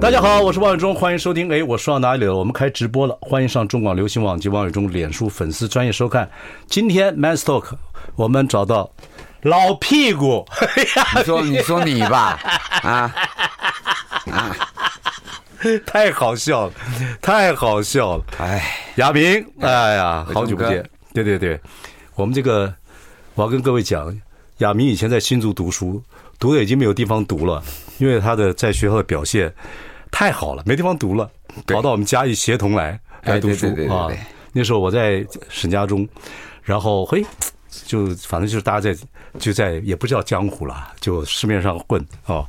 大家好，我是王伟忠，欢迎收听。哎，我说到哪里了？我们开直播了，欢迎上中广流行网及王伟忠脸书粉丝专业收看。今天 Man s Talk，我们找到老屁股，你说你说你吧，啊， 太好笑了，太好笑了。哎，亚平，哎呀，伟忠好久不见哥。对对对，我们这个，我要跟各位讲，亚明以前在新竹读书，读的已经没有地方读了，因为他的在学校的表现太好了，没地方读了，对跑到我们嘉义协同来哎来读书对对对对啊对。那时候我在沈家中，然后嘿。就反正就是大家在就在也不叫江湖啦，就市面上混啊。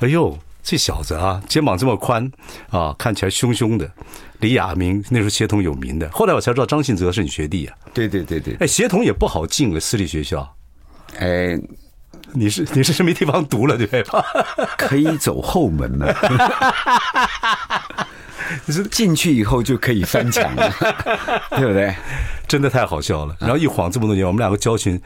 哎呦，这小子啊，肩膀这么宽啊，看起来凶凶的。李亚明那时候协同有名的，后来我才知道张信哲是你学弟啊。 对对对对，哎，协同也不好进了私立学校，哎，你是你是没地方读了对吧？ 可以走后门 了，进去以后就可以翻墙了，对不对？真的太好笑了。然后一晃这么多年，我们两个交情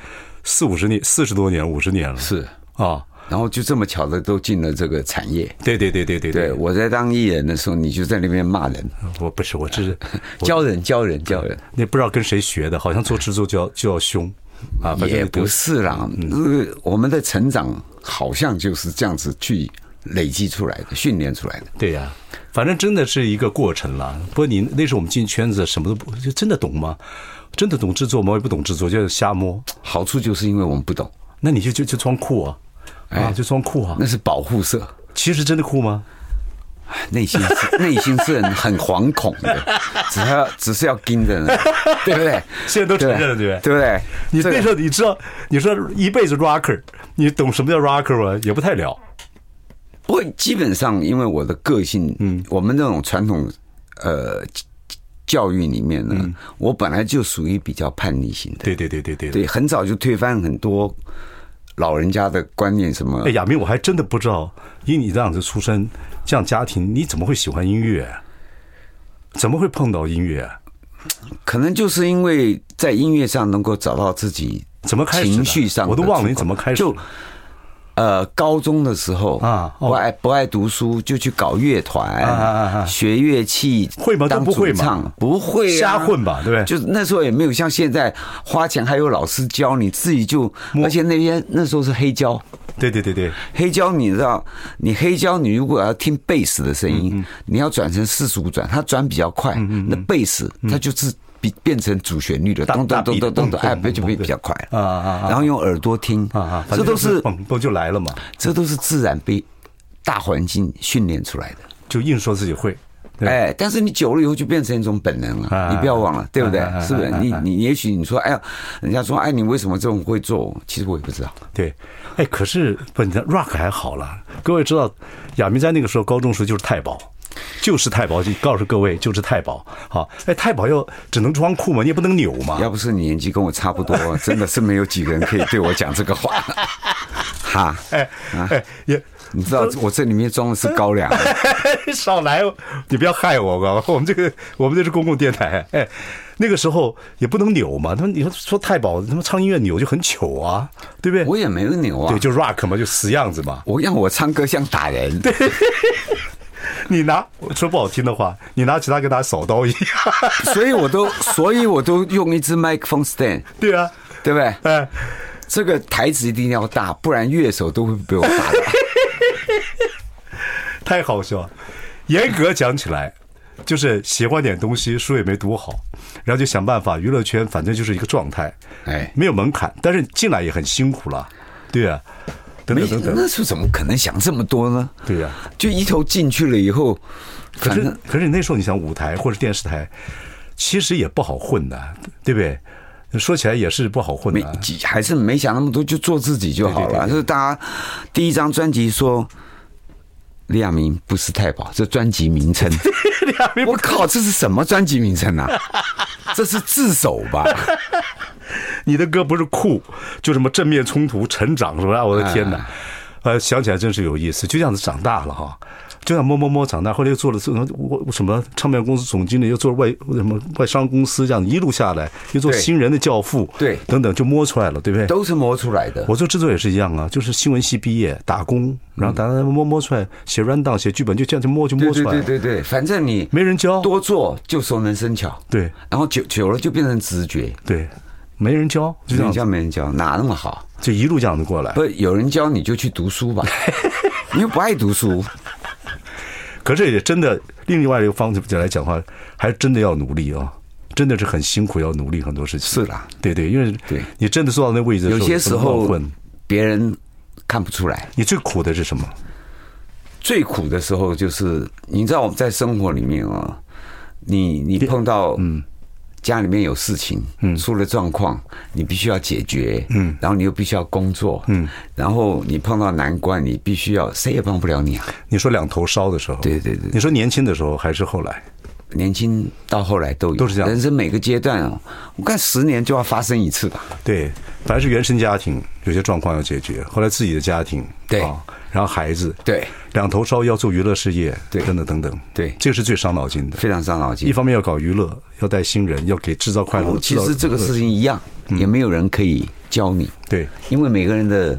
四五十年，四十多年，五十年了。 是，啊，然后就这么巧的都进了这个产业。对对对对对对，我在当艺人的时候，你就在那边骂人、我不是我这是我教人、教人、啊教人，那不知道跟谁学的，好像做制作就要就要凶啊，反正也你读不是啦。呃我们的成长好像就是这样子去累积出来的、训练出来的。对呀、反正真的是一个过程啦。不过你那时候我们进圈子什么都不就真的懂吗？真的懂制作吗？我也不懂制作，就是瞎摸。好处就是因为我们不懂，那你就就就装酷啊，哎啊，就装酷啊。那是保护色。其实真的酷吗？内心是内心是很很惶恐 的，只要只是要盯着呢，对不对？现在都承认了对不对对不对？你这那个时候你知道，你说一辈子 rocker，你懂什么叫 rocker 吗？也不太了。不过基本上，因为我的个性，嗯，我们那种传统呃教育里面嗯呢，我本来就属于比较叛逆型的，对对对对对。对，很早就推翻很多老人家的观念，什么哎，亚明，我还真的不知道，以你这样子出身，这样家庭，你怎么会喜欢音乐？怎么会碰到音乐？可能就是因为在音乐上能够找到自己怎么开始的情绪上的我都忘了你出口怎么开始就呃，高中的时候啊哦不爱不爱读书，就去搞乐啊啊啊团，学乐器，会吗当都不会主嘛唱，不会啊瞎混吧对不对就是那时候也没有像现在花钱，还有老师教你，自己就，而且那边那时候是黑胶。对对对对，黑胶，你知道，你黑胶，你如果要听贝斯的声嗯音，你要转成四十五转，它转比较快，那贝斯它就是比变成主旋律了，大咚大咚比咚咚咚咚，咚哎，咚不就咚比对比较快啊啊啊然后用耳朵听啊啊，反这正都就是蹦蹦就来了嘛，这都是自然被大环境训练出来的。就硬说自己会。对哎，但是你久了以后就变成一种本能啊了，你不要忘了，对不对啊啊啊？是不是啊啊？你你也许你说，哎呀，人家说，哎，你为什么这么会做？其实我也不知道。对，哎，可是不，你看 rock 还好了。各位知道，亚明在那个时候高中时候就是太保，就是太保。就告诉各位，就是太保。好，哎，太保要只能装酷嘛，你也不能扭嘛。要不是你年纪跟我差 不多，真的是没有几个人可以对我讲这个话。哈，哎哎，也你知道我这里面装的是高粱， 少来，你不要害我，我 我们这个我们这是公共电台。 哎，那个时候也不能扭嘛。他们你说说太保，他们唱音乐扭就很糗啊，对不对？我也没有牛啊对，。就 rock 嘛，就死样子嘛。我让我唱歌像打人，你拿我说不好听的话，你拿吉他跟他扫刀一样。 所以我都，所以我都用一支麦克风 stand，对啊，对不对？哎。这个台子一定要大，不然乐手都会被我打 的。太好笑了。严格讲起来，就是喜欢点东西，书也没读好，然后就想办法。娱乐圈反正就是一个状态，哎没有门槛，但是进来也很辛苦了，对啊，等没等等等，那时候怎么可能想这么多呢？对啊呀、就一头进去了以后，可反是正可是你那时候你想舞台或者电视台，其实也不好混的，对不对？说起来也是不好混没的，几还是没想那么多，就做自己就好啊对对了。就是大家第一张专辑说，李亚明不是太保，这专辑名称。我靠，这是什么专辑名称啊？这是自首吧？你的歌不是酷，就什么正面冲突、成长什么哎的，我的天哪！呃，想起来真是有意思，就这样子长大了哈，就像摸摸摸长大，后来又做了什么我什么唱片公司总经理，又做外什么外商公司，这样一路下来，又做对新人的教父，对等等就摸出来了，对不对？都是磨出来的。我做制作也是一样啊，就是新闻系毕业，打工，然后打打摸摸出来，写 run down，写剧本，就这样就摸就对摸对出来对了，对对，反正你没人教，多做就熟能生巧。对然后久久了就变成直觉，对，没人教，就这人样哎教没人教，哪那么好？就一路这样子过来。不，有人教你就去读书吧，你又不爱读书，可是也真的，另外一个方面来讲的话，还真的要努力啊、真的是很辛苦，要努力很多事情。是啦，对对，因为对你真的坐到那位置的有些时很乱候混别人看不出来。你最苦的是什么？最苦的时候就是，你知道我们在生活里面啊，你你碰到嗯家里面有事情，嗯，出了状况，你必须要解决，嗯，然后你又必须要工作，嗯，然后你碰到难关，你必须要谁也帮不了你啊。你说两头烧的时候，对对对你说年轻的时候还是后来？年轻到后来都有，都是这样人生每个阶段哦，我看十年就要发生一次吧。对，凡是原生家庭有些状况要解决，后来自己的家庭，对啊然后孩子，对，两头烧要做娱乐事业，对等等等等，对这个是最伤脑筋的。非常伤脑筋一。方面要搞娱乐，要带新人，要给制造快乐。哦其制造呃实这个事情一样，也没有人可以教你，对因为每个人的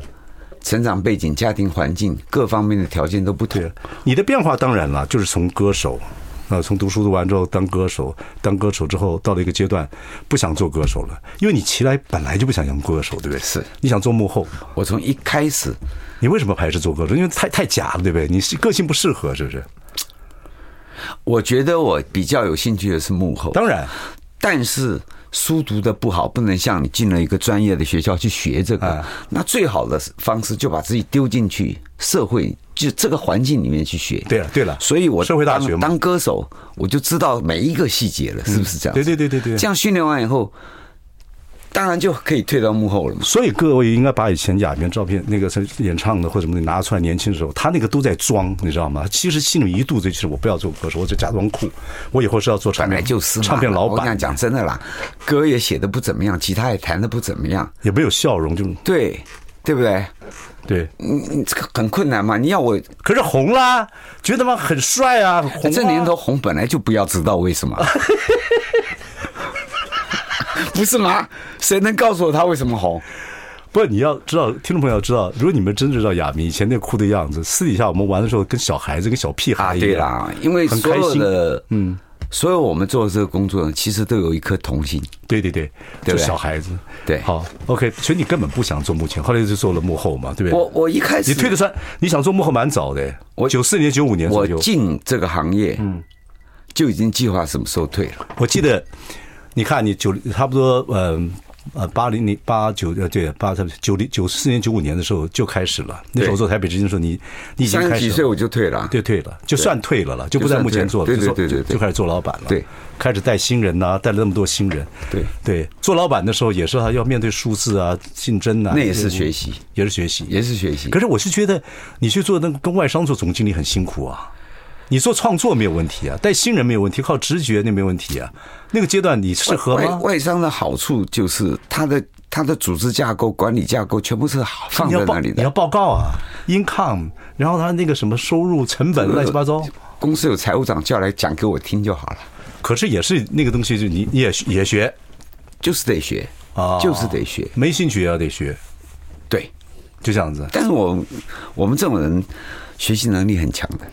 成长背景、家庭环境各方面的条件都不同对。，你的变化当然了，就是从歌手，呃，从读书读完之后当歌手，当歌手之后到了一个阶段，不想做歌手了，因为你起来本来就不想当歌手，对不对？是，你想做幕后，我从一开始你为什么还是做歌手？因为太太假了，对不对？你是个性不适合，是不是？我觉得我比较有兴趣的是幕后，当然，但是书读的不好，不能像你进了一个专业的学校去学这啊个。那最好的方式就把自己丢进去社会，就这个环境里面去学。对了对了所以我社会大学嘛当当歌手，我就知道每一个细节了，是不是这样子？对对对对对这样训练完以后，当然就可以退到幕后了嘛。所以各位应该把以前哑片照片那个是演唱的或者什么的拿出来，年轻的时候他那个都在装，你知道吗？其实心里一肚子就是我不要做歌手，我就假装酷，我以后是要做唱本来片，就是嘛唱片老我跟板你，讲真的啦，歌也写的不怎么样，吉他也弹的不怎么样，也没有笑容，就对对不对？对。你你这个很困难嘛。你要我可是红啦，觉得嘛很帅啊，红、啊。这年头红本来就不要知道为什么， 不是吗？谁能告诉我他为什么红？不，你要知道，听众朋友要知道，如果你们真知道亚明以前那哭的样子，私底下我们玩的时候跟小孩子、跟小屁啊，孩一对样。啦，因为很所开有心的嗯，所有我们做的这个工作呢，其实都有一颗童心。对对对，对就不对小孩子。对好，OK，所以你根本不想做幕前，后来就做了幕后嘛，对不对？我我一开你始退的算，你想做幕后蛮早的，我九四年、九五年我左右。进这个行业，嗯，就已经计划什么时候退了。我记得，你看你九差不多，嗯呃，八零零八九呃对八九零九四年九五年的时候就开始了。那时候对做台北之音的时候，你你已经三开十始几了岁我就退了啊，对，退了，就算退了了，就不在幕前做了，就就算退了对对对做对对就开始做老板了，对，开始带新人呐、带了那么多新人，对对，做老板的时候也是啊要面对数字啊、竞争啊，那也是学习，也是学习。也是学习可。是我是觉得你去做那个跟外商做总经理很辛苦啊，你做创作没有问题啊，带新人没有问题，靠直觉那没问题啊，那个阶段你适合外吗？外商的好处就是它的它的组织架构、管理架构全部是好放你在要报那里你的要。报告啊，income，然后他那个什么收入、成呃本乱七八糟。公司有财务长叫来讲给我听就好了，可是也是那个东西，就你你也也学，就是得学哦就是得学。没兴趣也要得学，对，就这样子。但是我我们这种人学习能力很强的，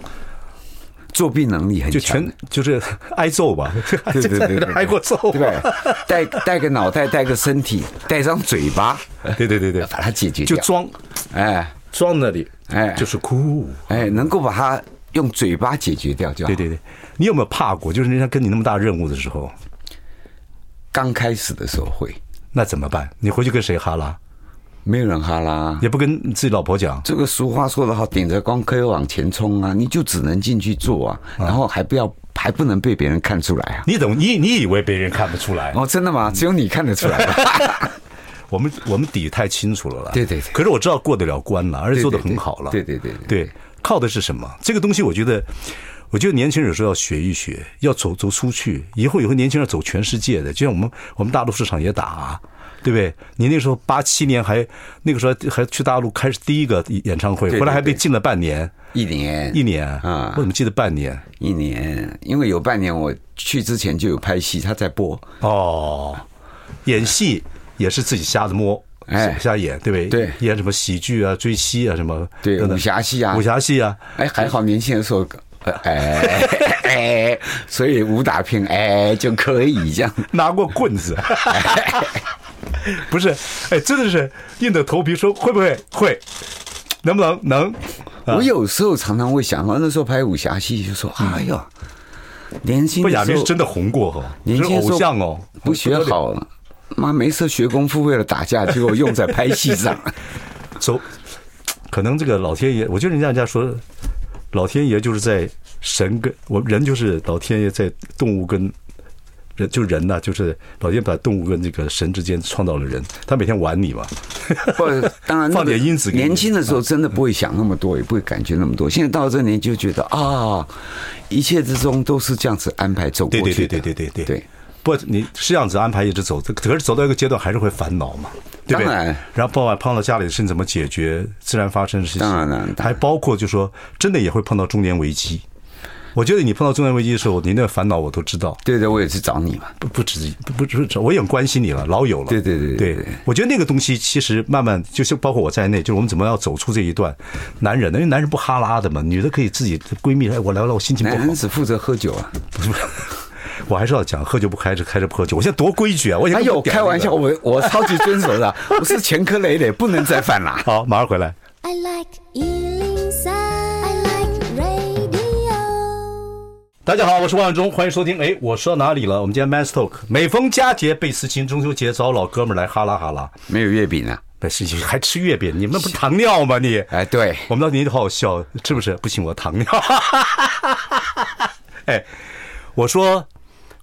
作弊能力很就强全的。就是挨揍吧， 对对对对对挨过揍，对吧？带带个脑袋，带个身体，带张嘴巴，对对对对，把它解决就掉。装哎装那里，哎就是哭。哎，能够把它用嘴巴解决掉就好。对对对，你有没有怕过？就是人家跟你那么大任务的时候，刚开始的时候会，那怎么办？你回去跟谁哈拉？没有人哈啦。也不跟自己老婆讲，这个俗话说得好，顶着光可以往前冲啊，你就只能进去做啊，然后还不要还不能被别人看出来啊。你怎么你你以为别人看不出来？哦，真的吗？只有你看得出来吧。我们我们底太清楚了啦。对对对可是我知道过得了关了，而 且做的很好了。对对对对靠的是什么？这个东西，我觉得，我觉得年轻人有时候要学一学，要走走出去。以后以后年轻人走全世界的，就像我们我们大陆市场也打、啊，对不对？你那时候八七年还那个时候还还去大陆开始第一个演唱会，对对回来还被禁了半年一年一年啊我怎么记得半年？一年，因为有半年我去之前就有拍戏，他在播，哦，演戏也是自己瞎子摸。哎瞎演对不对？对演什么喜剧啊、追妻啊什么，对等等武侠戏啊武侠戏啊，哎，还好年轻的时候，呃哎哎，所以武打片哎就可以这样，拿过棍子。 不是，哎，真的是硬着头皮说会不会会，能不能能？啊我有时候常常会想，我那时候拍武侠戏就说，哎呦，年轻嗯不，的亚时明候是真的红过哦，年是轻的时候偶像哦，不学得了，好了，妈没事学功夫，为了打架，结果用在拍戏上。 走，可能这个老天爷，我觉得人家人家说，老天爷就是在神跟我人就是老天爷在动物跟。人就人呐、就是老天把动物跟这个神之间创造了人，他每天玩你嘛，不，当然那个放点因子给你年轻的时候真的不会想那么多，也不会感觉那么多。现在到这年纪就觉得啊，一切之中都是这样子安排走过对对去对的。对对对对对。不，你是这样子安排一直走，可是走到一个阶段还是会烦恼嘛，对不对？当然然后包括碰到家里的事情怎么解决，自然发生的事情，当然了当然还包括就说真的也会碰到中年危机。我觉得你碰到中年危机的时候，你那烦恼我都知道，对对，我也是找你嘛。不不止不不止，我也很关心你了，老友了。对对对对对对我觉得那个东西其实慢慢，就是包括我在内，就是我们怎么样走出这一段男人，因为男人不哈拉的嘛，女的可以自己闺蜜，哎，我聊聊我心情不男好人，只负责喝酒啊！我还是要讲，喝酒不开车，开车不喝酒。我现在多规矩啊！我已经哎跟呦，我屌开玩了笑，我我超级遵守 的，我是前科累累，不能再犯啦。好，马上回来。 I like Ealing Sound. I like radio. 大家好，我是万永忠，欢迎收听。哎，我说到哪里了？我们今天 Man Talk，每逢佳节倍思亲，中秋节找老哥们儿来哈拉哈拉。没有月饼啊！不是还吃月饼？你们那不是糖尿吗？你，哎，对，我们到你好好笑，是不是？不行，我糖尿。 哎，我说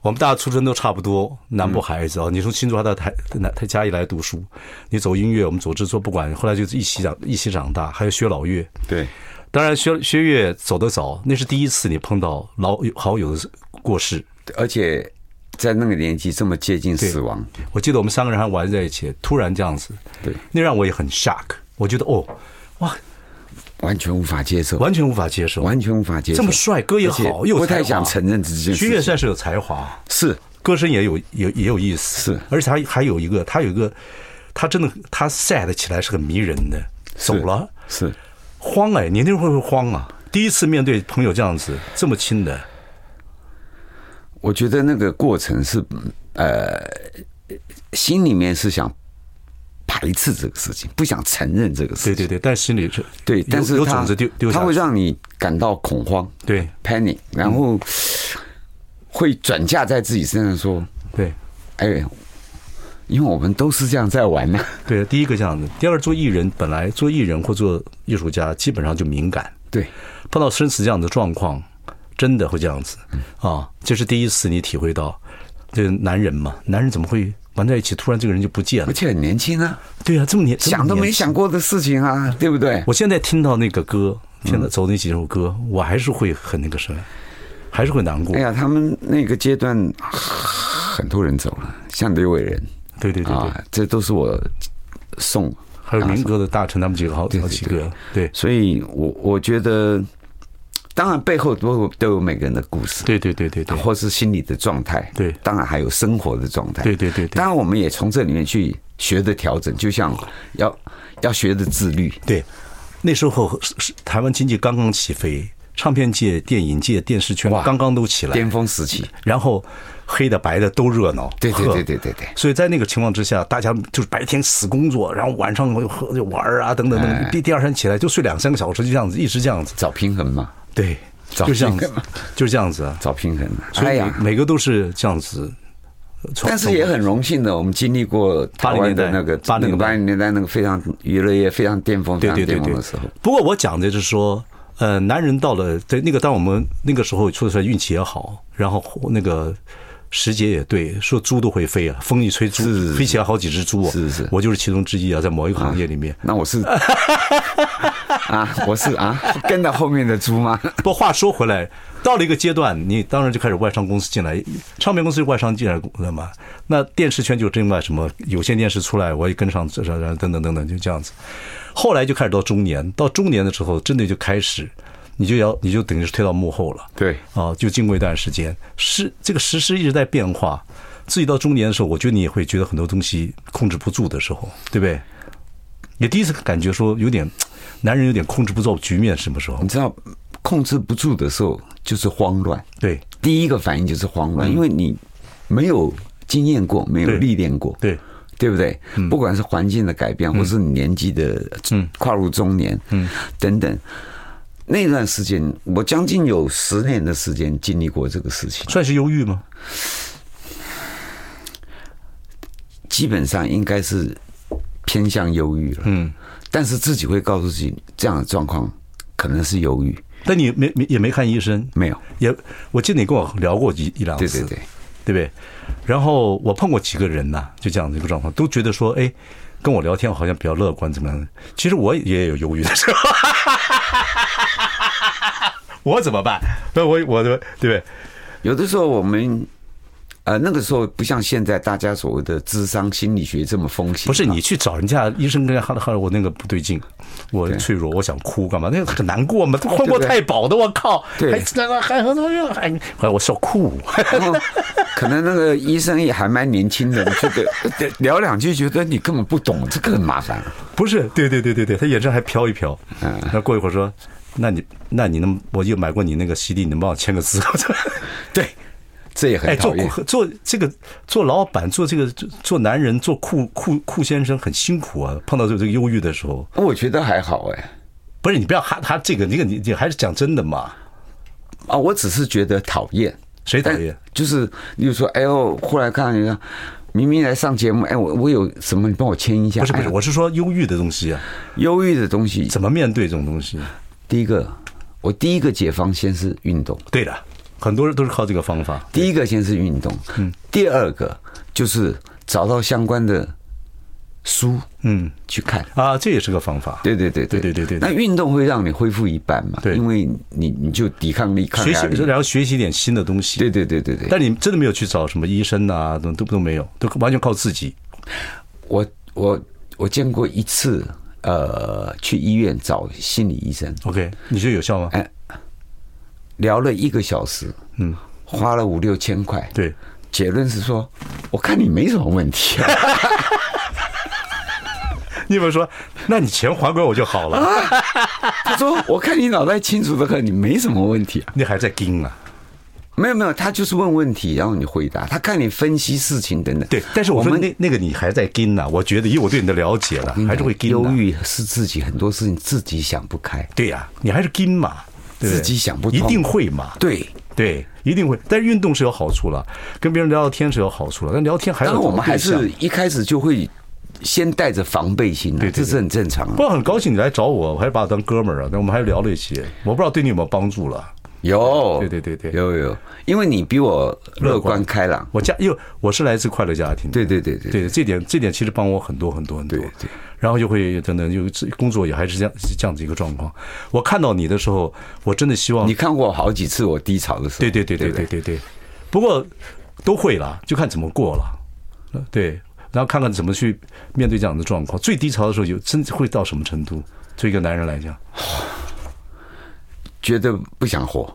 我们大家出身都差不多，南部孩子啊、你从新竹还到台南台嘉义来读书，你走音乐，我们走制作，不管，后来就是一起长一起长大，还有学老乐。对，当然薛薛岳走得早，那是第一次你碰到老友好友的过世。而且在那个年纪这么接近对死亡，我记得我们三个人还玩在一起，突然这样子，对，那让我也很 shock。我觉得哦，哇，完全无法接受，完全无法接受，完全无法接受。这么帅，歌也好，而且又有不才太华想承认这件事薛岳情。算是有才华，是，歌声也有也也有意思，是而且他还有一个，他有一个，他真的他 sad 起来是很迷人的。走了，是慌哎，你那会不会慌啊？第一次面对朋友这样子，这么亲的，我觉得那个过程是，呃，心里面是想排斥这个事情，不想承认这个事对情。对对，但心里是对，有但是有它种子丢丢它下会去，让你感到恐慌对，panic，然后会转嫁在自己身上，说对：“哎，因为我们都是这样在玩呢、对，第一个这样子，第二做艺人本来做艺人或做艺术家基本上就敏感，对，碰到生死这样的状况，真的会这样子嗯啊！这是第一次你体会到，这个男人嘛，男人怎么会玩在一起，突然这个人就不见了而？且很年轻啊，对啊，这么年想都没。这么年轻想过的事情啊，对不对？我现在听到那个歌，嗯听到走那几首歌，我还是会很那个什么，还是会难过哎。呀，他们那个阶段很多人走了，像刘伟仁对对对对，啊，这都是我送，还有民歌的大臣他们几个好对对好几个，对所以我我觉得，当然背后都有都有每个人的故事。啊对对对对对或是心理的状态，对当然还有生活的状态，对对对对当然，我们也从这里面去学的调整，就像要要学的自律，对。那时候是是台湾经济刚刚起飞，唱片界、电影界、电视圈哇刚刚都起来，巅峰时期。然后黑的白的都热闹，对对呵对对对对所以在那个情况之下，大家就是白天死工作，然后晚上又喝又玩儿啊等等等哎等，第第二天起来就睡两三个小时，就这样子，一直这样子，找平衡嘛，对，早就这样睡子，就是这样子啊。找平衡嘛。所哎以呀，每个都是这样子，从但是也很荣幸的，我们经历过台湾的那个80年代那个八零年代那个非常娱乐业非常巅峰、非对常对对巅对峰的时候。。不过我讲的就是说，呃，男人到了对那个，当我们那个时候说实在运气也好，然后那个时节也对，说猪都会飞啊，风一吹猪是飞起来好几只猪啊，是是我就是其中之一啊，在某一个行业里面。那我 是啊，我是啊，跟到后面的猪吗？不过话说回来，到了一个阶段，你当然就开始外商公司进来，唱片公司是外商进来的嘛。那电视圈就另外什么有线电视出来，我也跟上，这这这等等等等，就这样子。后来就开始到中年，到中年的时候，真的就开始，你就要你就等于是推到幕后了。对啊，就经过一段时间，是这个实施一直在变化。自己到中年的时候，我觉得你也会觉得很多东西控制不住的时候，对不对？也第一次感觉说有点，男人有点控制不住局面，什么时候 你？知道控制不住的时候就是慌乱，对第一个反应就是慌乱，因为你没有经验过，没有对历练过，对。对不对？不管是环境的改变，或是你年纪的跨入中年，嗯，等等，那段时间我将近有十年的时间经历过这个事情，算是忧郁吗？基本上应该是偏向忧郁了，嗯，但是自己会告诉自己，这样的状况可能是忧郁，但你没没也没看医生，没有，也我记得你跟我聊过一一两对次，对对，对不对？然后我碰过几个人呐、就这样的一个状况，都觉得说，哎，跟我聊天好像比较乐观，怎么样？其实我也有忧郁的时候， 我怎么办？那我我对不对？有的时候我们。呃，那个时候不像现在大家所谓的智商心理学这么风行啊，不是你去找人家医生跟人家哈拉哈拉，我那个不对劲，我脆弱，我想哭干嘛？那个很难过嘛，混过哦对太饱的，我靠，对还还还还还，还我笑哭，然后可能那个医生也还蛮 年轻的，觉得呃聊两句觉得你根本不懂，这个很麻烦。啊不是，对对对对对，他眼神还飘一飘。嗯那过一会儿说，那你那你能，我就买过你那个 CD，你能帮我签个 字？对，这也哎，很做讨厌。顾做这个做老板，做这个做做男人，做酷酷酷先生很辛苦啊。碰到这这个忧郁的时候，我觉得还好哎，不是你不要哈他这个这个你你还是讲真的嘛。啊，我只是觉得讨厌。谁哎讨厌？但就是，例如说，哎呦，后来看人家明明来上节目，哎，我我有什么，你帮我签一下。不是不是，哎我是说忧郁的东西啊，忧郁的东西，怎么面对这种东西？第一个，我第一个解放先是运动，对的，很多人都是靠这个方法。第一个先是运动，嗯第二个就是找到相关的书，嗯，去看。啊，这也是个方法。对对对对对对对那运动会让你恢复一半嘛？对因为你你就抵抗力、抗学压习，力。然后学习一点新的东西。对对对对对。但你真的没有去找什么医生啊，都都都没有，都完全靠自己。我我我见过一次，呃，去医院找心理医生， OK，你觉得有效吗？哎聊了一个小时，嗯，花了五六千块，，对，结论是说，我看你没什么问 题啊，你有没有说，那你钱还给我就好啊了？他说我看你脑袋清楚的很，你没什么问题啊，你还在盯啊？没有没有，他就是问问题，然后你回答，他看你分析事情等等，对，但是我说们嗯那那个你还在盯呢，我觉得以我对你的了解了，还是会盯忧的。郁是自己很多事情自己想不开，对呀、你还是盯嘛，对对自己想不一通定会嘛，对，对，一定会。但是运动是有好处了，跟别人聊聊天是有好处了，但聊天还有当然我们还对象是一开始就会先带着防备心、啊，对对这是很正常、不啊。过很高兴你来找我，我还把我当哥们儿啊，那我们还聊了一些，我不知道对你有没有帮助了。有，对对对对有有，因为你比我乐观开朗，我家因为我是来自快乐家庭，对对对对对，这点这点其实帮我很多很多很多。对对然后就会等等，就这工作也还是这样是这样子一个状况。我看到你的时候，我真的希望你，看过好几次我低潮的时候，对对对对不对对对。不过都会啦，就看怎么过了。呃对，然后看看怎么去面对这样的状况。最低潮的时候，有真会到什么程度？对一个男人来讲，觉得不想活，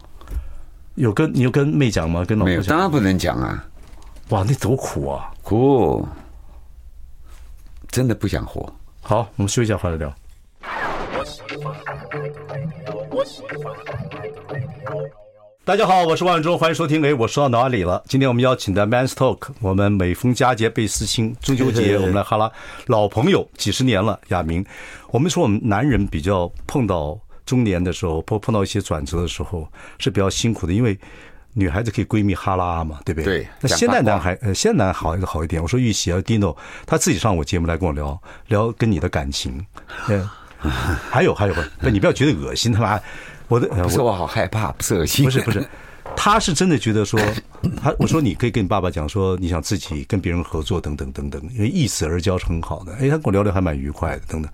有跟你有跟妹讲吗？跟老没婆有，当讲？然不能讲啊，哇，那多苦啊！苦，真的不想活。好，我们休息一下，回来聊。大家好，我是万忠，欢迎收听。哎，我说到哪里了？今天我们邀请的 Man's Talk，我们每逢佳节倍思亲，中秋节我们来哈拉老朋友几十年了，亚明。我们说我们男人比较碰到中年的时候，碰碰到一些转折的时候是比较辛苦的，因为女孩子可以闺蜜哈拉嘛，对不对？对那讲现在八卦男孩呃，现在男孩好好一点。我说玉玺啊，Dino，他自己上我节目来跟我聊聊跟你的感情，嗯， 还有还有，不，你不要觉得恶心他妈，我的呃啊不是我我好害怕，不是恶心，不是不是，他是真的觉得说，他我说你可以跟你爸爸讲说，你想自己跟别人合作等等等等，因为易死而交是很好的。哎，他跟我聊得还蛮愉快的等等。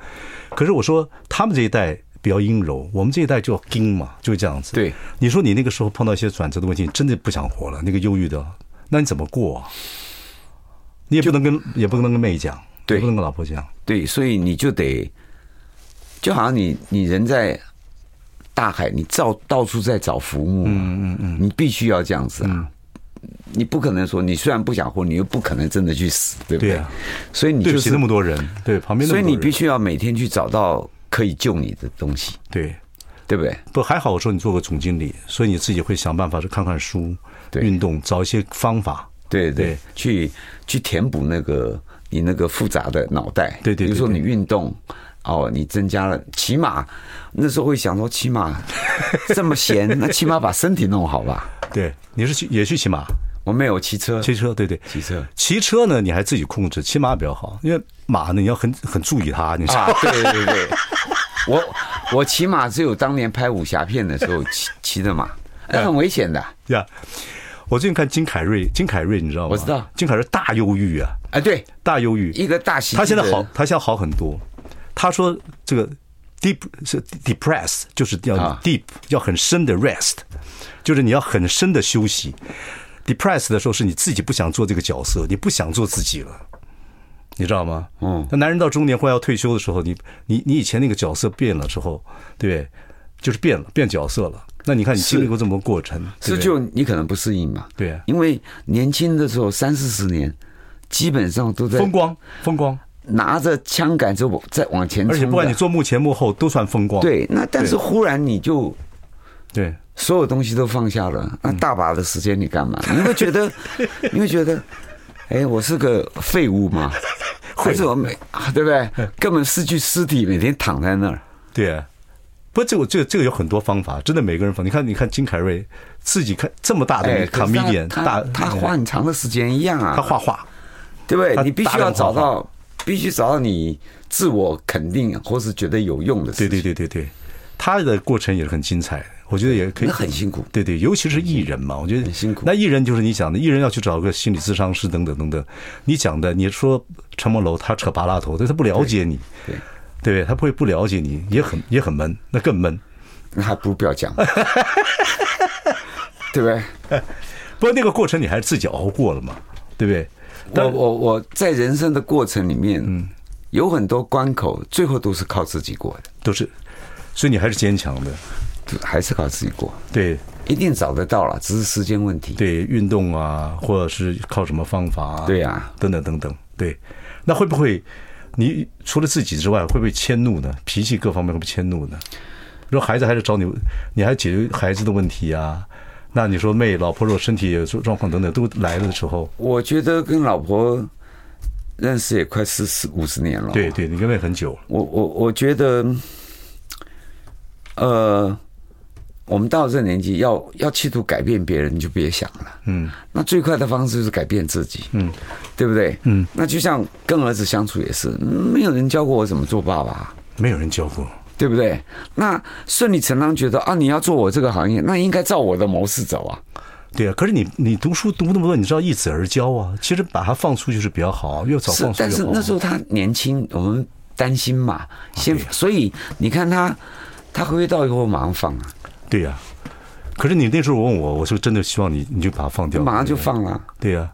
可是我说他们这一代比较阴柔，我们这一代就硬嘛，就是这样子。对，你说你那个时候碰到一些转折的问题，你真的不想活了，那个忧郁的，那你怎么过啊？你也不能跟也不能跟妹讲，对也不能跟老婆讲，对，所以你就得，就好像你你人在大海，你到到处在找浮木、嗯嗯嗯，你必须要这样子啊。嗯你不可能说你虽然不想活，你又不可能真的去死，对不对？对啊所以你对就不起是那么多人，对旁边那所么以多你人，必须要每天去找到可以救你的东西，对。对不对？不还好，我说你做过总经理，所以你自己会想办法去看看书、对运动，找一些方法。对对对，去去填补那个你那个复杂的脑袋。对对对比如说对你运动，哦，你增加了，起码那时候会想说，起码这么闲， 那起码把身体弄好吧。对，你是去也去骑马、我没有骑车，骑车，对对，呃骑车骑车呢，你还自己控制，骑马比较好，因为马呢你要很很注意它，你知道吗啊，对对对，我我骑马只有当年拍武侠片的时候骑骑的马，哎很危险的。呀。我最近看金凯瑞，金凯瑞你知道吗？我知道金凯瑞大忧郁啊，哎，对，大忧郁，一个大喜剧他现在的好，他现在好很多。他说这个 deep 是 depress，就是要啊 deep，、要很深的 rest，就是你要很深的休息。depress 的时候是你自己不想做这个角色，你不想做自己了。你知道吗？嗯那男人到中年或要退休的时候，你你你以前那个角色变了之后，对不对，就是变了，变角色了。那你看你经历过这么多过程，对是不对就你可能不适应嘛？对啊因为年轻的时候三四十年，基本上都在风光风光，拿着枪杆子在往前冲而的，且不管你做幕前幕后都算风光。对，那但是忽然你就对，所有东西都放下了，那大把的时间你干嘛？嗯你会 觉得，你会觉得，哎，我是个废物 吗？还是我没，啊对不对？根本是具尸体，每天躺在那儿。对，啊不，这个这个这个有很多方法，真的每个人方。你看，你看金凯瑞自己看这么大的一个可是他 comedian，哎他大哎嗯他花很长的时间一样啊，他画画，对不他对？你必大须量要找画画到，必须找到你自我肯定或是觉得有用的事对情。对对对对，他的过程也是很精彩的，我觉得也可以那很辛苦对对，尤其是艺人嘛，我觉得很辛苦那艺人就是你讲的，艺人要去找个心理咨商师等等等等。你讲的，你说陈梦楼他扯八拉头，但他不了解你，对对对不对？他不会不了解你，也很也很闷，那更闷。那还不如不 要讲，对不对？不过那个过程你还是自己熬过了嘛，对不对？我我我在人生的过程里面，有很多关口，最后都是靠自己过都是，所以你还是坚强的。的，还是靠自己过，对一定找得到了，只是时间问题。对，运动啊，或者是靠什么方法啊，对啊等等等等，对。那会不会你除了自己之外，会不会迁怒呢？脾气各方面会不会迁怒呢？如果孩子还是找你，你还解决孩子的问题啊？那你说妹，老婆若身体有状况等等都来了的时候，我觉得跟老婆认识也快四十五十年了，对对，你跟妹很久了，我我我觉得，呃，我们到这年纪要要企图改变别人，你就别想了。嗯，那最快的方式就是改变自己。嗯，对不对？嗯，那就像跟儿子相处也是，没有人教过我怎么做爸爸，没有人教过，对不对？那顺理成章觉得啊，你要做我这个行业，那应该照我的模式走啊。对啊。可是你你读书读那么多，你知道一子而教啊，其实把他放出去是比较好，越早是放，出去但越是好。那时候他年轻，我们担心嘛，先，所以你看他，他回归到以后马上放啊，对呀、可是你那时候问我，我说真的希望你你就把它放掉，马上就。放了。对呀、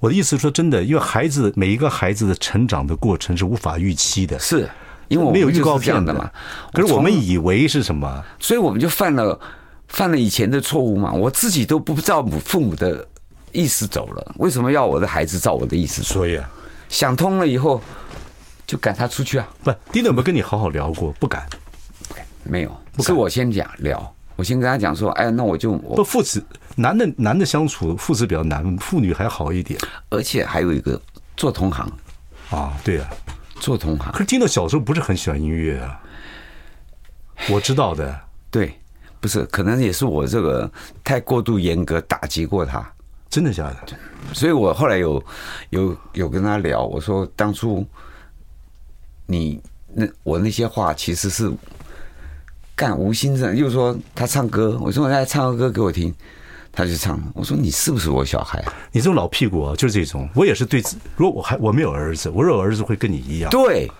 我的意思是说真的，因为孩子每一个孩子的成长的过程是无法预期的，是因为我没有们预就是告这样片的嘛。可是我们从以为是什么？所以我们就犯了犯了以前的错误嘛，我自己都不照母父母的意思走了，为什么要我的孩子照我的意思走？所以啊，想通了以后，就赶他出去啊？不，丁总有没有跟你好好聊过？不敢。没有，是我先讲聊，我先跟他讲说，哎，那我就不，我，父子男的男的相处，父子比较难，妇女还好一点而且还有一个做同行，啊。对呀、做同行可，是丁总小时候不是很喜欢音乐啊，我知道的。对，不是，可能也是我这个太过度严格打击过他。真的假的？所以我后来有有有跟他聊，我说当初你那我那些话其实是哎干无心的，又说他唱歌，我说他唱个歌给我听，他就唱，我说你是不是我小孩？你这种老屁股啊，就是这种。我也是对自，如果我还我没有儿子，我若有儿子会跟你一样，对，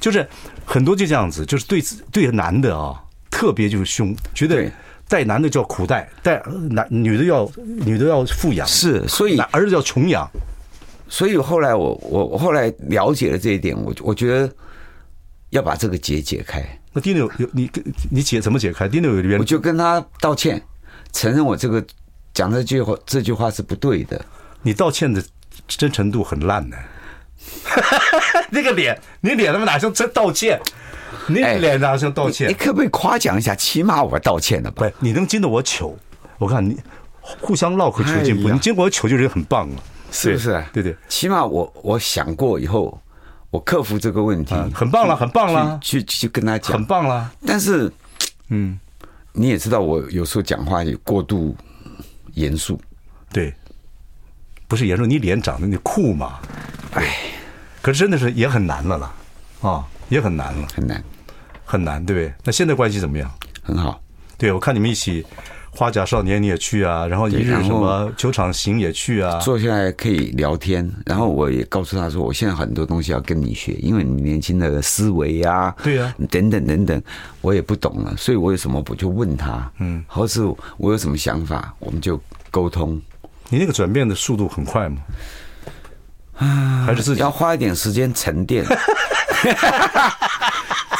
就是很多就这样子，就是对自对男的啊，特别就是凶，觉得对带男的就要苦带，带男女的要女的要富养，是，所以男儿子要穷养，所以后来我我我后来了解了这一点，我我觉得要把这个结解开，那 Dino 有有你你解怎么解开？Dino 有原我就跟他道歉，承认我这个讲这句话这句话是不对的。你道歉的真诚度很烂呢、 那个脸，你脸他妈哪像真道歉？你哎脸哪像道歉？你可不可以夸奖一下？起码我道歉了吧不？，你能经得我糗，我看你互相唠嗑求进步，哎呀你经过我糗就人很棒了，是不是？对对对，起码我我想过以后，我克服这个问题，啊很棒了，很棒了，去去去跟他讲很。棒了。但是，嗯，你也知道，我有时候讲话也过度严肃。对，不是严重，你脸长得你酷嘛，哎，可是真的是也很难了啦，啊、也很难了，很难，很难，对不对？那现在关系怎么样？很好。对，我看你们一起花甲少年你也去啊，然后一对日然后什么球场行也去啊，坐下来可以聊天，然后我也告诉他说，我现在很多东西要跟你学，因为你年轻的思维呀，对啊呀等等等等，我也不懂了，所以我有什么我就问他，嗯，或是我有什么想法，我们就沟通，你那个转变的速度很快吗？啊还是自己要花一点时间 沉淀。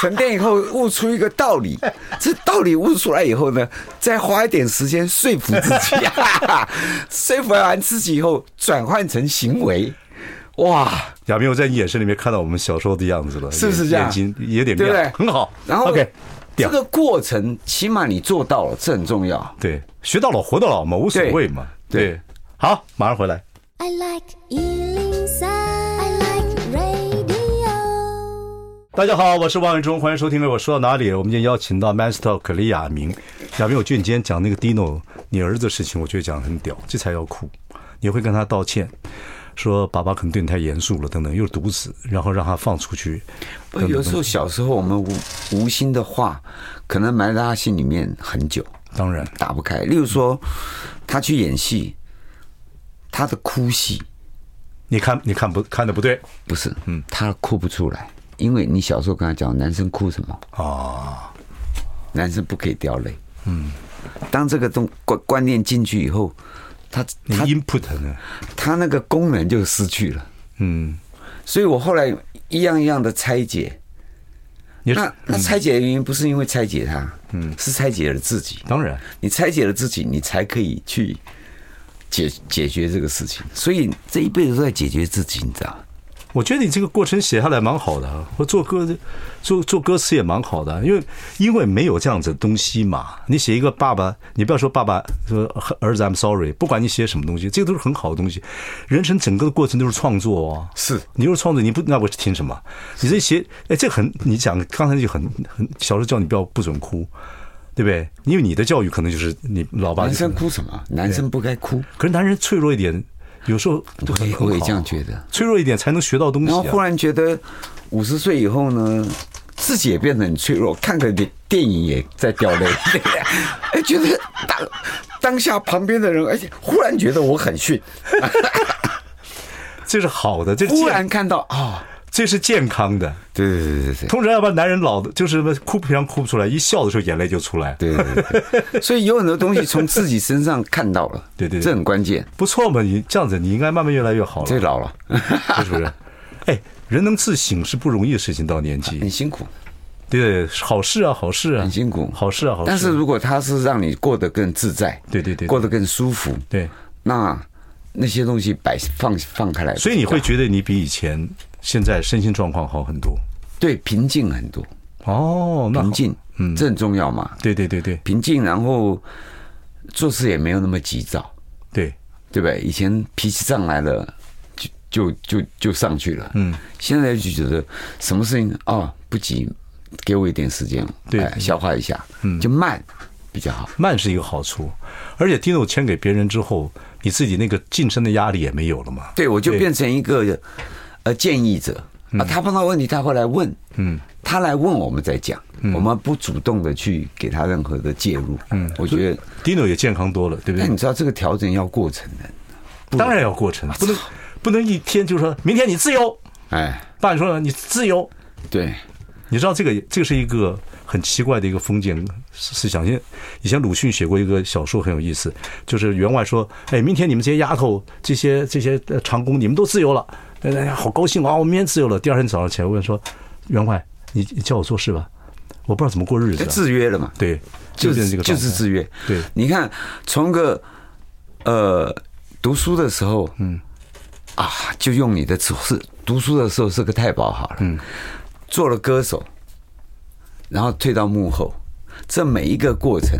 沉淀以后悟出一个道理，这道理悟出来以后呢，再花一点时间说服自己、 说服完自己以后，转换成行为，哇！亚明，我在你眼神里面看到我们小时候的样子了，是不是眼这样眼睛也点对不亮，对？很好。然后 OK，这屌个过程起码你做到了，这很重要。对，学到老活到老嘛，无所对谓嘛。对对，好，马上回来。 I like Ealing Sound. I like radio. 大家好，我是王伟忠，欢迎收听。我说到哪里？我们今天邀请到 Master 克里亚明。亚明，我觉得你今天讲那个 Dino 你儿子的事情，我觉得讲得很屌，这才要哭。你会跟他道歉，说爸爸可能对你太严肃了，等等，又是独子，然后让他放出去。不过有时候小时候我们无无心的话，可能埋在他心里面很久，当然，打不开。例如说，他去演戏，他的哭戏你看你看不看的不对不是，嗯，他哭不出来，因为你小时候跟他讲，男生哭什么？啊，男生不可以掉泪。哦嗯，当这个东观观念进去以后，他你他 input 呢？它那个功能就失去了。嗯，所以我后来一样一样的拆解。你那那拆解的原因不是因为拆解它，嗯，是拆解了自己。当然，你拆解了自己，你才可以去解解决这个事情。所以这一辈子都在解决自己，你知道吗？我觉得你这个过程写下来蛮好的啊，我做歌做做歌词也蛮好的啊，因为因为没有这样子的东西嘛。你写一个爸爸，你不要说爸爸说呃儿子 I'm sorry，不管你写什么东西，这个都是很好的东西。人生整个的过程都是创作哦。是你又是创作，你不那我听什么？你这写哎，这很你讲刚才就很很小时候叫你不要不准哭，对不对？因为你的教育可能就是你老爸男就生哭什么？男生不该哭。可是男人脆弱一点，有时候我也很我也好啊这样觉得。脆弱一点才能学到东西、然啊。后忽然觉得五十岁以后呢，自己也变得很脆弱，看个电电影也在掉 泪，哎，觉得当当下旁边的人，而且忽然觉得我很逊，这是好的，这是忽健然看到啊、这是健康的。对对对对对。通常要不然男人老的就是哭平常哭不出来，一笑的时候眼泪就出来。对对对 对，所以有很多东西从自己身上看到了，对对对这很关键。不错嘛，你这样子你应该慢慢越来越好这了，嗯老了，是不 是？哎，人能自省是不容易的事情，到年纪很，辛苦，对，好事啊，好事啊，啊很辛苦，好事啊，好事。但是如果他是让你过得更自在，对对对对过得更舒服，对，那那些东西摆放放开来，所以你会觉得你比以前现在身心状况好很多。对平静很多，哦，那好平，静，嗯，这很重要嘛，对对对对平静，然后做事也没有那么急躁，对，对不对？以前脾气上来了，就就就就上去了。嗯，现在就觉得什么事情哦不急，给我一点时间，对哎消化一下，嗯，就慢比较好。慢是一个好处，而且 Dino 签给别人之后，你自己那个晋升的压力也没有了嘛。对，我就对变成一个呃建议者，啊，他碰到问题他会来问，嗯，他来问我们再讲，我们不主动的去给他任何的介入，嗯，我觉得， Dino 也健康多了，对不但你对？知道这个调整要过程的，当然要过程，不能不能一天就说明天你自由，哎，爸你说了你自由，对，你知道这个这个是一个很奇怪的一个封建思思想。因为以前鲁迅写过一个小说很有意思，就是员外说：“哎，明天你们这些丫头、这些这些呃长工，你们都自由了，哎呀，好高兴啊！我明天自由了。”第二天早上起来问说：“员外，你你叫我做事吧，我不知道怎么过日子、就啊。制约了嘛”，对，就变成是这个就状是态制约，对你看，从个呃读书的时候，嗯，啊，就用你的词是读书的时候是个太保好了，嗯，做了歌手，然后退到幕后，这每一个过程，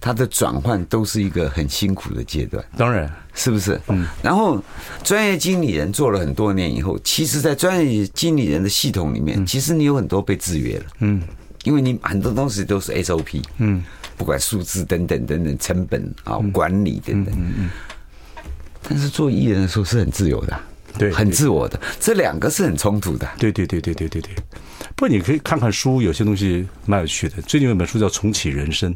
它的转换都是一个很辛苦的阶段，当然是不是？嗯。然后专业经理人做了很多年以后，其实，在专业经理人的系统里嗯面，其实你有很多被制约了，嗯，因为你很多东西都是 SOP，嗯，不管数字等等等等，成本啊、管理等等，嗯嗯。但是做艺人的时候是很自由的啊，对很对自我的，这两个是很冲突的。对对对对对对对。不过你可以看看书，有些东西蛮有趣的。最近有一本书叫《重启人生》，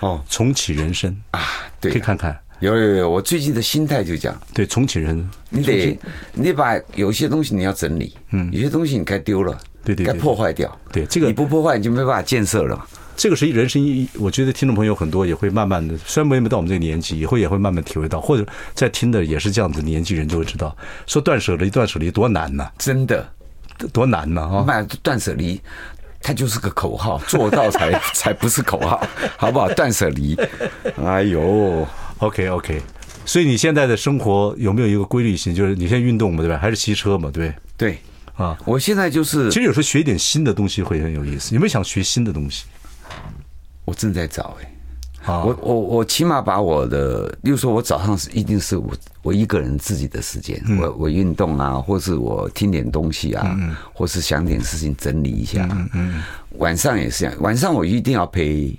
哦重启人生啊，对可以啊，看看。有有有，我最近的心态就这样，对，重启人生，你得你得把有些东西你要整理，嗯，有些东西你该丢了，对对对该破坏掉，对这个你不破坏你就没办法建设了嘛。这个是一人生意义，我觉得听众朋友很多也会慢慢的，虽然没有到我们这个年纪，以后也会慢慢体会到，或者在听的也是这样子年纪人就会知道，说断舍离，断舍离多难呐、真的，多难呐啊！卖断舍离，它就是个口号，做到才 才不是口号，好不好？断舍离，哎呦， OK OK，所以你现在的生活有没有一个规律性？就是你现在运动嘛，对吧？还是骑车嘛，对不对，对啊。我现在就是其实有时候学一点新的东西会很有意思。有没有想学新的东西？我正在找哎、啊我我我起码把我的，例如说，我早上是一定是我我一个人自己的时间，嗯我我运动啊，或是我听点东西啊，或是想点事情整理一下、嗯晚上也是这样，晚上我一定要陪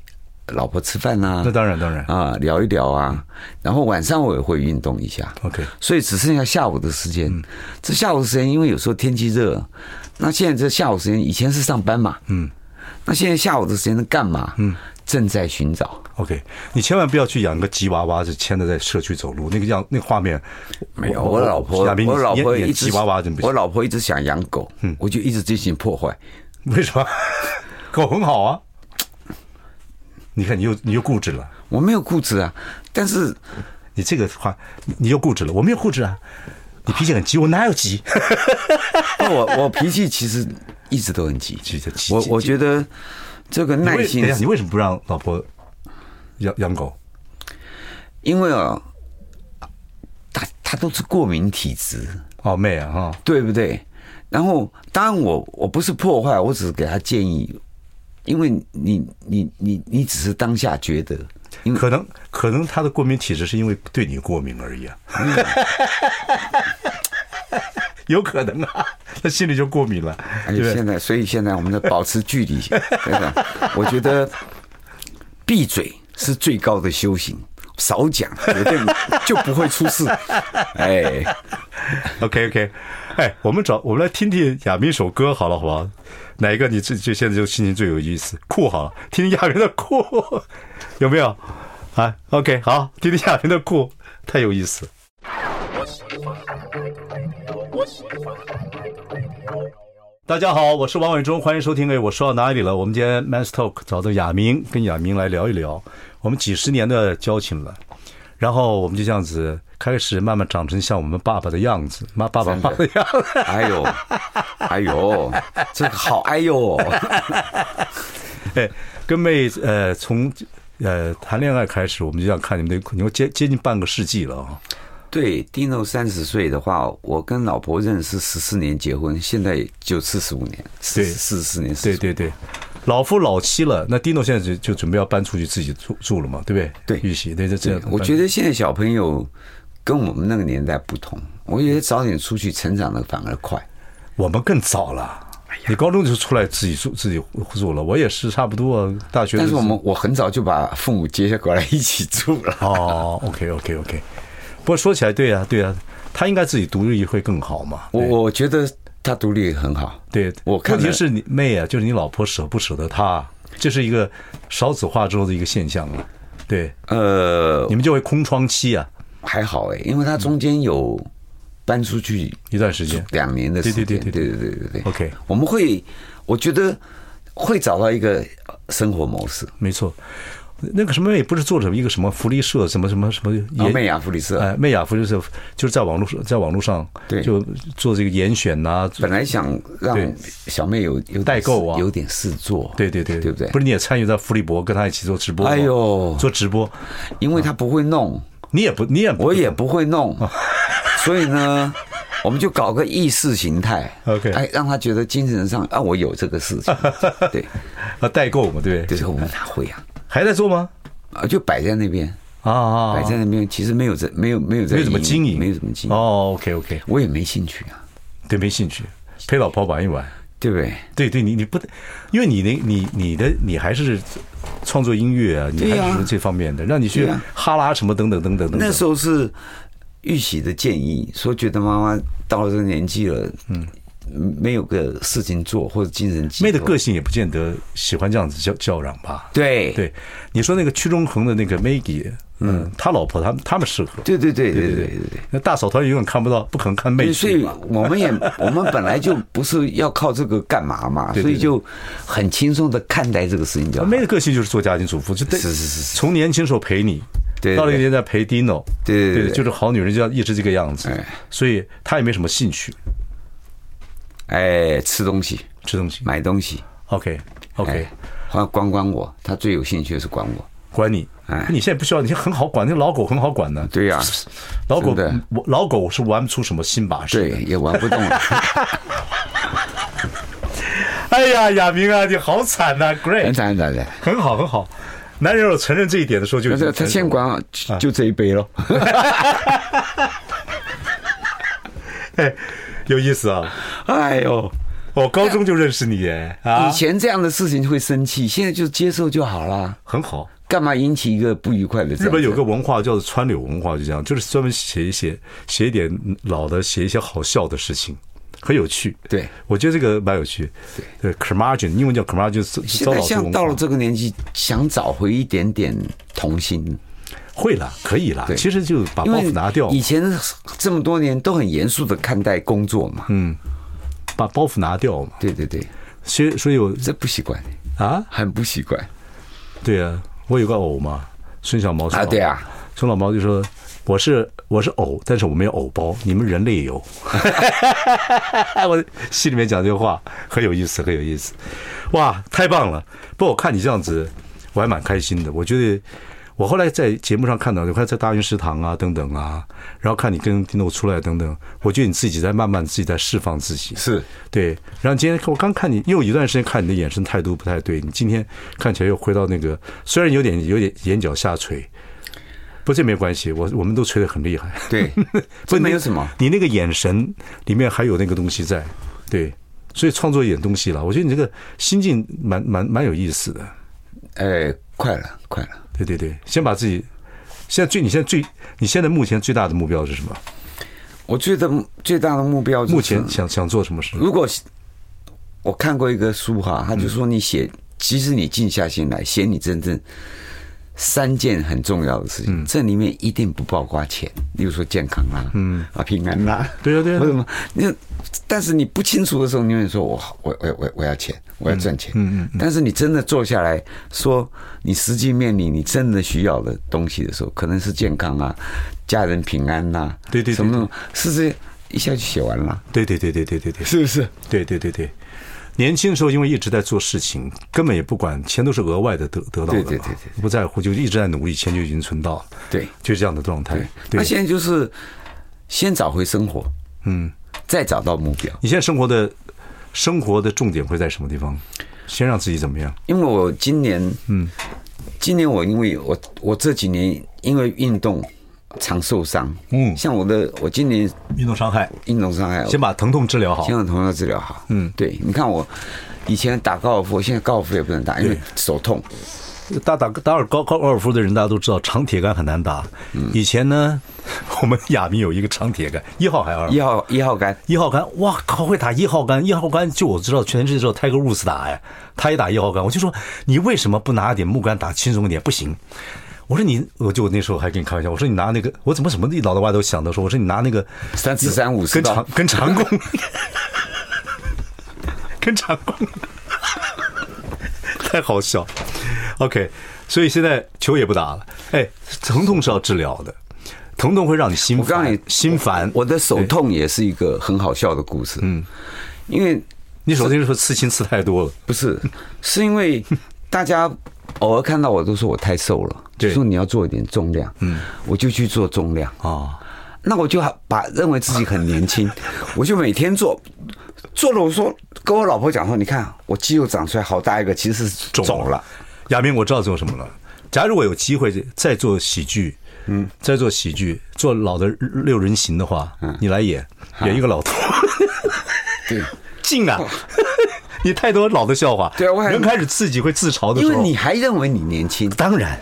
老婆吃饭啊，那当然当然啊，聊一聊啊，然后晚上我也会运动一下。 OK 嗯所以只剩下下午的时间。这下午时间，因为有时候天气热，那现在这下午时间，以前是上班嘛，嗯，那现在下午的时间是干嘛？嗯，正在寻找。 OK，你千万不要去养个吉娃娃，是牵着在社区走路，那个样那个画面。没有，我老婆，亚明你我老婆演一演直吉娃娃真不行我。老婆一直想养狗，嗯我就一直进行破坏。为什么？狗很好啊。你看，你又你又固执了，我没有固执啊，但是你这个话，你你又固执了，我没有固执啊。你脾气很急，我哪有急？我我脾气其实一直都很急， 急急急我我觉得这个 耐你为 心等一下，是你为什么不让老婆养养狗？因为啊，他他都是过敏体质，哦，妹啊，哈，对不对？然后当然我我不是破坏，我只是给他建议，因为你你你你只是当下觉得，因为可能可能她的过敏体质是因为对你过敏而已啊， 有可能啊，她心里就过敏了，而对且不现对？在所以现在我们要保持距离，真的，我觉得闭嘴是最高的修行。少讲，绝对就不会出事。哎， OK OK，哎，我们找我们来听听亚明一首歌好了，好不好？哪一个你最就现在就心情最有意思？酷好了，听听亚明的酷， 有没有？啊，OK，好，听听亚明的酷，太有意思。大家好，我是王伟忠，欢迎收听。哎，我说到哪里了？我们今天 Man's Talk 找到亚明，跟亚明来聊一聊我们几十年的交情了。然后我们就这样子开始慢慢长成像我们爸爸的样子，妈爸爸妈妈的样子。哎呦，哎呦，这个好哎呦哦！哎，跟妹呃从呃谈恋爱开始，我们就这样看你们的，你们接接近半个世纪了啊。对，Dino 三十岁的话，我跟老婆认识十四年，结婚现在就四十五年，对四十四年，对45对对，老夫老妻了，那 Dino 现在就就准备要搬出去自己住住了嘛，对不对？对预习对这这样对，，我觉得现在小朋友跟我们那个年代不同，我觉得早点出去成长的反而快。我们更早了。你高中就出来自己住自己住了，我也是差不多啊。大学的但是时我候们我很早就把父母接过来一起住了。哦，OK OK OK。不过说起来，对啊对啊，他应该自己独立会更好嘛。我我觉得他独立很好，对，我看问题了是你妹啊，就是你老婆舍不舍得她，这是一个少子化之后的一个现象啊。对，呃，你们就会空窗期啊，还好哎、因为他中间有搬出去一段时间。两年的时间，对对对对对对对对对 OK 我们会，我觉得会找到一个生活模式。没错，那个什么妹不是做什么一个什么福利社什么什么什么然后演妹啊雅福利社、哎，媚雅福就是就是在网络上，在网络上对就做这个严选呐、做本来想让对小妹有有点代购啊事有点事做，对对对，对不对？不是你也参与到福利博跟他一起做直播吗？哎呦做直播，因为她不会弄，你也不你也不我也不会弄，哦 所以呢，我们就搞个意识形态 OK 哎，让她觉得精神上啊，我有这 个事情，对，啊代购嘛，对不对，就是我们哪会啊？还在做吗？啊，就摆在那边，啊啊，啊摆在那边，其实没有在，没有没有在没有怎么经营，没有怎么经营，哦，OK OK，我也没兴趣啊，对，没兴趣，陪老婆玩一玩。对不对？对对，你你不，因为你那你你的你还是创作音乐啊，你对呀还是这方面的，让你去对呀啊哈拉什么等等等等等等。那时候是玉玺的建议，说觉得妈妈到了这个年纪了，嗯，没有个事情做或者精神寄妹的托个性也不见得喜欢这样子叫叫嚷吧？对对，你说那个屈中恒的那个 Maggie，嗯，他老婆他们他们适合。对对对对对对对那大嫂团永远看不到，不可能看妹对，所去以嘛。我 们也我们本来就不是要靠这个干嘛嘛，对对所以对就很轻松的看待这个事情就好。妹的个性就是做家庭主妇，就得是是是是从年轻时候陪你，对对到了一个年代陪 Dino，对对对对就是好女人就要一直这个样子哎，所以她也没什么兴趣哎，吃东西、吃东西。买东西 OK 哎 OK，他管管我，他最有兴趣的是管 我。管你哎，你现在不需要，你很好管，那老狗很好管的。对呀、老狗真的我老狗是玩不出什么新把式的。对，也玩不动了。哎呀，亚明啊，你好惨呐、g r e a 很 t 惨很惨的，很好很好。男人有承认这一点的时候就已但经是呃他先管我，就就这一杯咯。哎，有意思啊！哎呦。我高中就认识你耶啊以，前这样的事情会生气，现在就接受就好啦，很好。干嘛引起一个不愉快的？日本有个，文化叫做川柳文化，就这样，就是专门写一写写一点老的，写一些好笑的事情，很有趣。对我觉得这个蛮有趣。对 c o m a r g i n 英文叫 c o m a r g i n 是现糟在老师像文到了化。这个年纪，想找回一点点童心，会了，可以了。对其实就把因包为袱拿掉，以前这么多年都很严肃的看待工作嘛，嗯，把包袱拿掉嘛。对对对，所以，所以我这不习惯，啊，很不习惯对啊，我有个偶嘛，孙小毛孙啊，老对啊，孙老毛就说：“我是我是藕，但是我没有藕包，你们人类也有。” 我心里面讲这话很有意思，很有意思。哇，太棒了！不过我看你这样子，我还蛮开心的。我觉得我后来在节目上看到，你看在大云食堂啊等等啊，然后看你跟 Dino 出来等等，我觉得你自己在慢慢自己在释放自己。是对，然后今天我刚看你，又有一段时间看你的眼神态度不太对，你今天看起来又回到那个，虽然有点有点眼角下垂，不过这没关系，我我们都垂得很厉害， 对，不这是没有什么，你那个眼神里面还有那个东西在，对，所以创作一点东西了，我觉得你这个心境蛮蛮蛮有意思的，哎，快了，快了。对对对，先把自己，现在最你现在最你现在目前最大的目标是什么？我觉得最大的目标就是目前想想做什么事？如果我看过一个书哈，他就说你写，嗯其实你静下心来写你真正三件很重要的事嗯情，这里面一定不包括钱，例如说健康啦、嗯啊平安啦、对啊对啊为什么？你但是你不清楚的时候，你会说我我我我我要钱，我要赚钱，嗯嗯，但是你真的坐下来说你实际面临你真的需要的东西的时候，可能是健康啊，家人平安啦、对对对什么是这一下就写完了，对对对对对对对。是不是？对对对对，年轻的时候因为一直在做事情，根本也不管钱都是额外的得得到的嘛，对对对对不在乎，就一直在努力，钱就已经存到了，对就是这样的状态对。，哎对那，现在就是先找回生活，嗯，再找到目标。你现在生活的生活的重点会在什么地方？先让自己怎么样？因为我今年，嗯，今年我因为我我这几年因为运动常受伤，嗯像我的我今年运动伤害，运动伤害，先把疼痛治疗好先。让同学治疗好，嗯，对，你看我以前打高尔夫，现在高尔夫也不能打，因为手痛，打打打尔高高尔夫的人，大家都知道长铁杆很难打。嗯以前呢， 我们亚明有一个长铁杆，一号还二号一号一号杆，一号杆，哇靠，会打一号杆！一号杆就我知道，全世界知道 Tiger Woods 打哎，他也打一号杆。我就说你为什么不拿点木杆打轻松一点？不行。我说你，我就那时候还跟你开玩笑，我说你拿那个，我怎么什么脑袋瓜都想到说，我说你拿那个三尺三五十跟刀长跟长弓，跟长弓，太好笑。OK，所以现在球也不打了。哎，疼痛是要治疗的，疼痛会让你心我告诉烦你，心烦。我的手痛也是一个很好笑的故事。嗯，因为你首先说刺青刺太多了。不是，是因为大家偶尔看到我都说我太瘦了，就对说你要做一点重量。嗯，我就去做重量。哦，那我就把认为自己很年 轻，我就每天做，做了我说跟我老婆讲说，你看我肌肉长出来好大一个，其实是肿了。。亚明，我知道做什么了。假如我有机会再做喜剧，嗯，再做喜剧，做老的六人行的话，嗯你来演啊演一个老头，对，劲啊！ 你太多老的笑话，哦对啊我还人开始自己会自嘲的时因候，为你还认为你年轻，当然，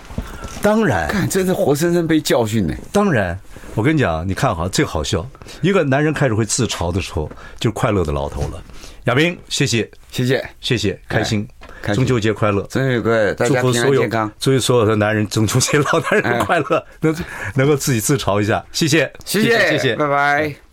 当然，看真是活生生被教训呢。当然，我跟你讲，你看哈，这个好笑。一个男人开始会自嘲的时候，就是快乐的老头了。亚明，谢谢，谢谢，谢谢，开心，哎开中心秋节快乐。真有个大祝家福平所安有健康，，嗯祝福所有的男人中 秋节老男人快乐，能能够自己自嘲一下，谢谢，谢嗯谢谢，拜拜。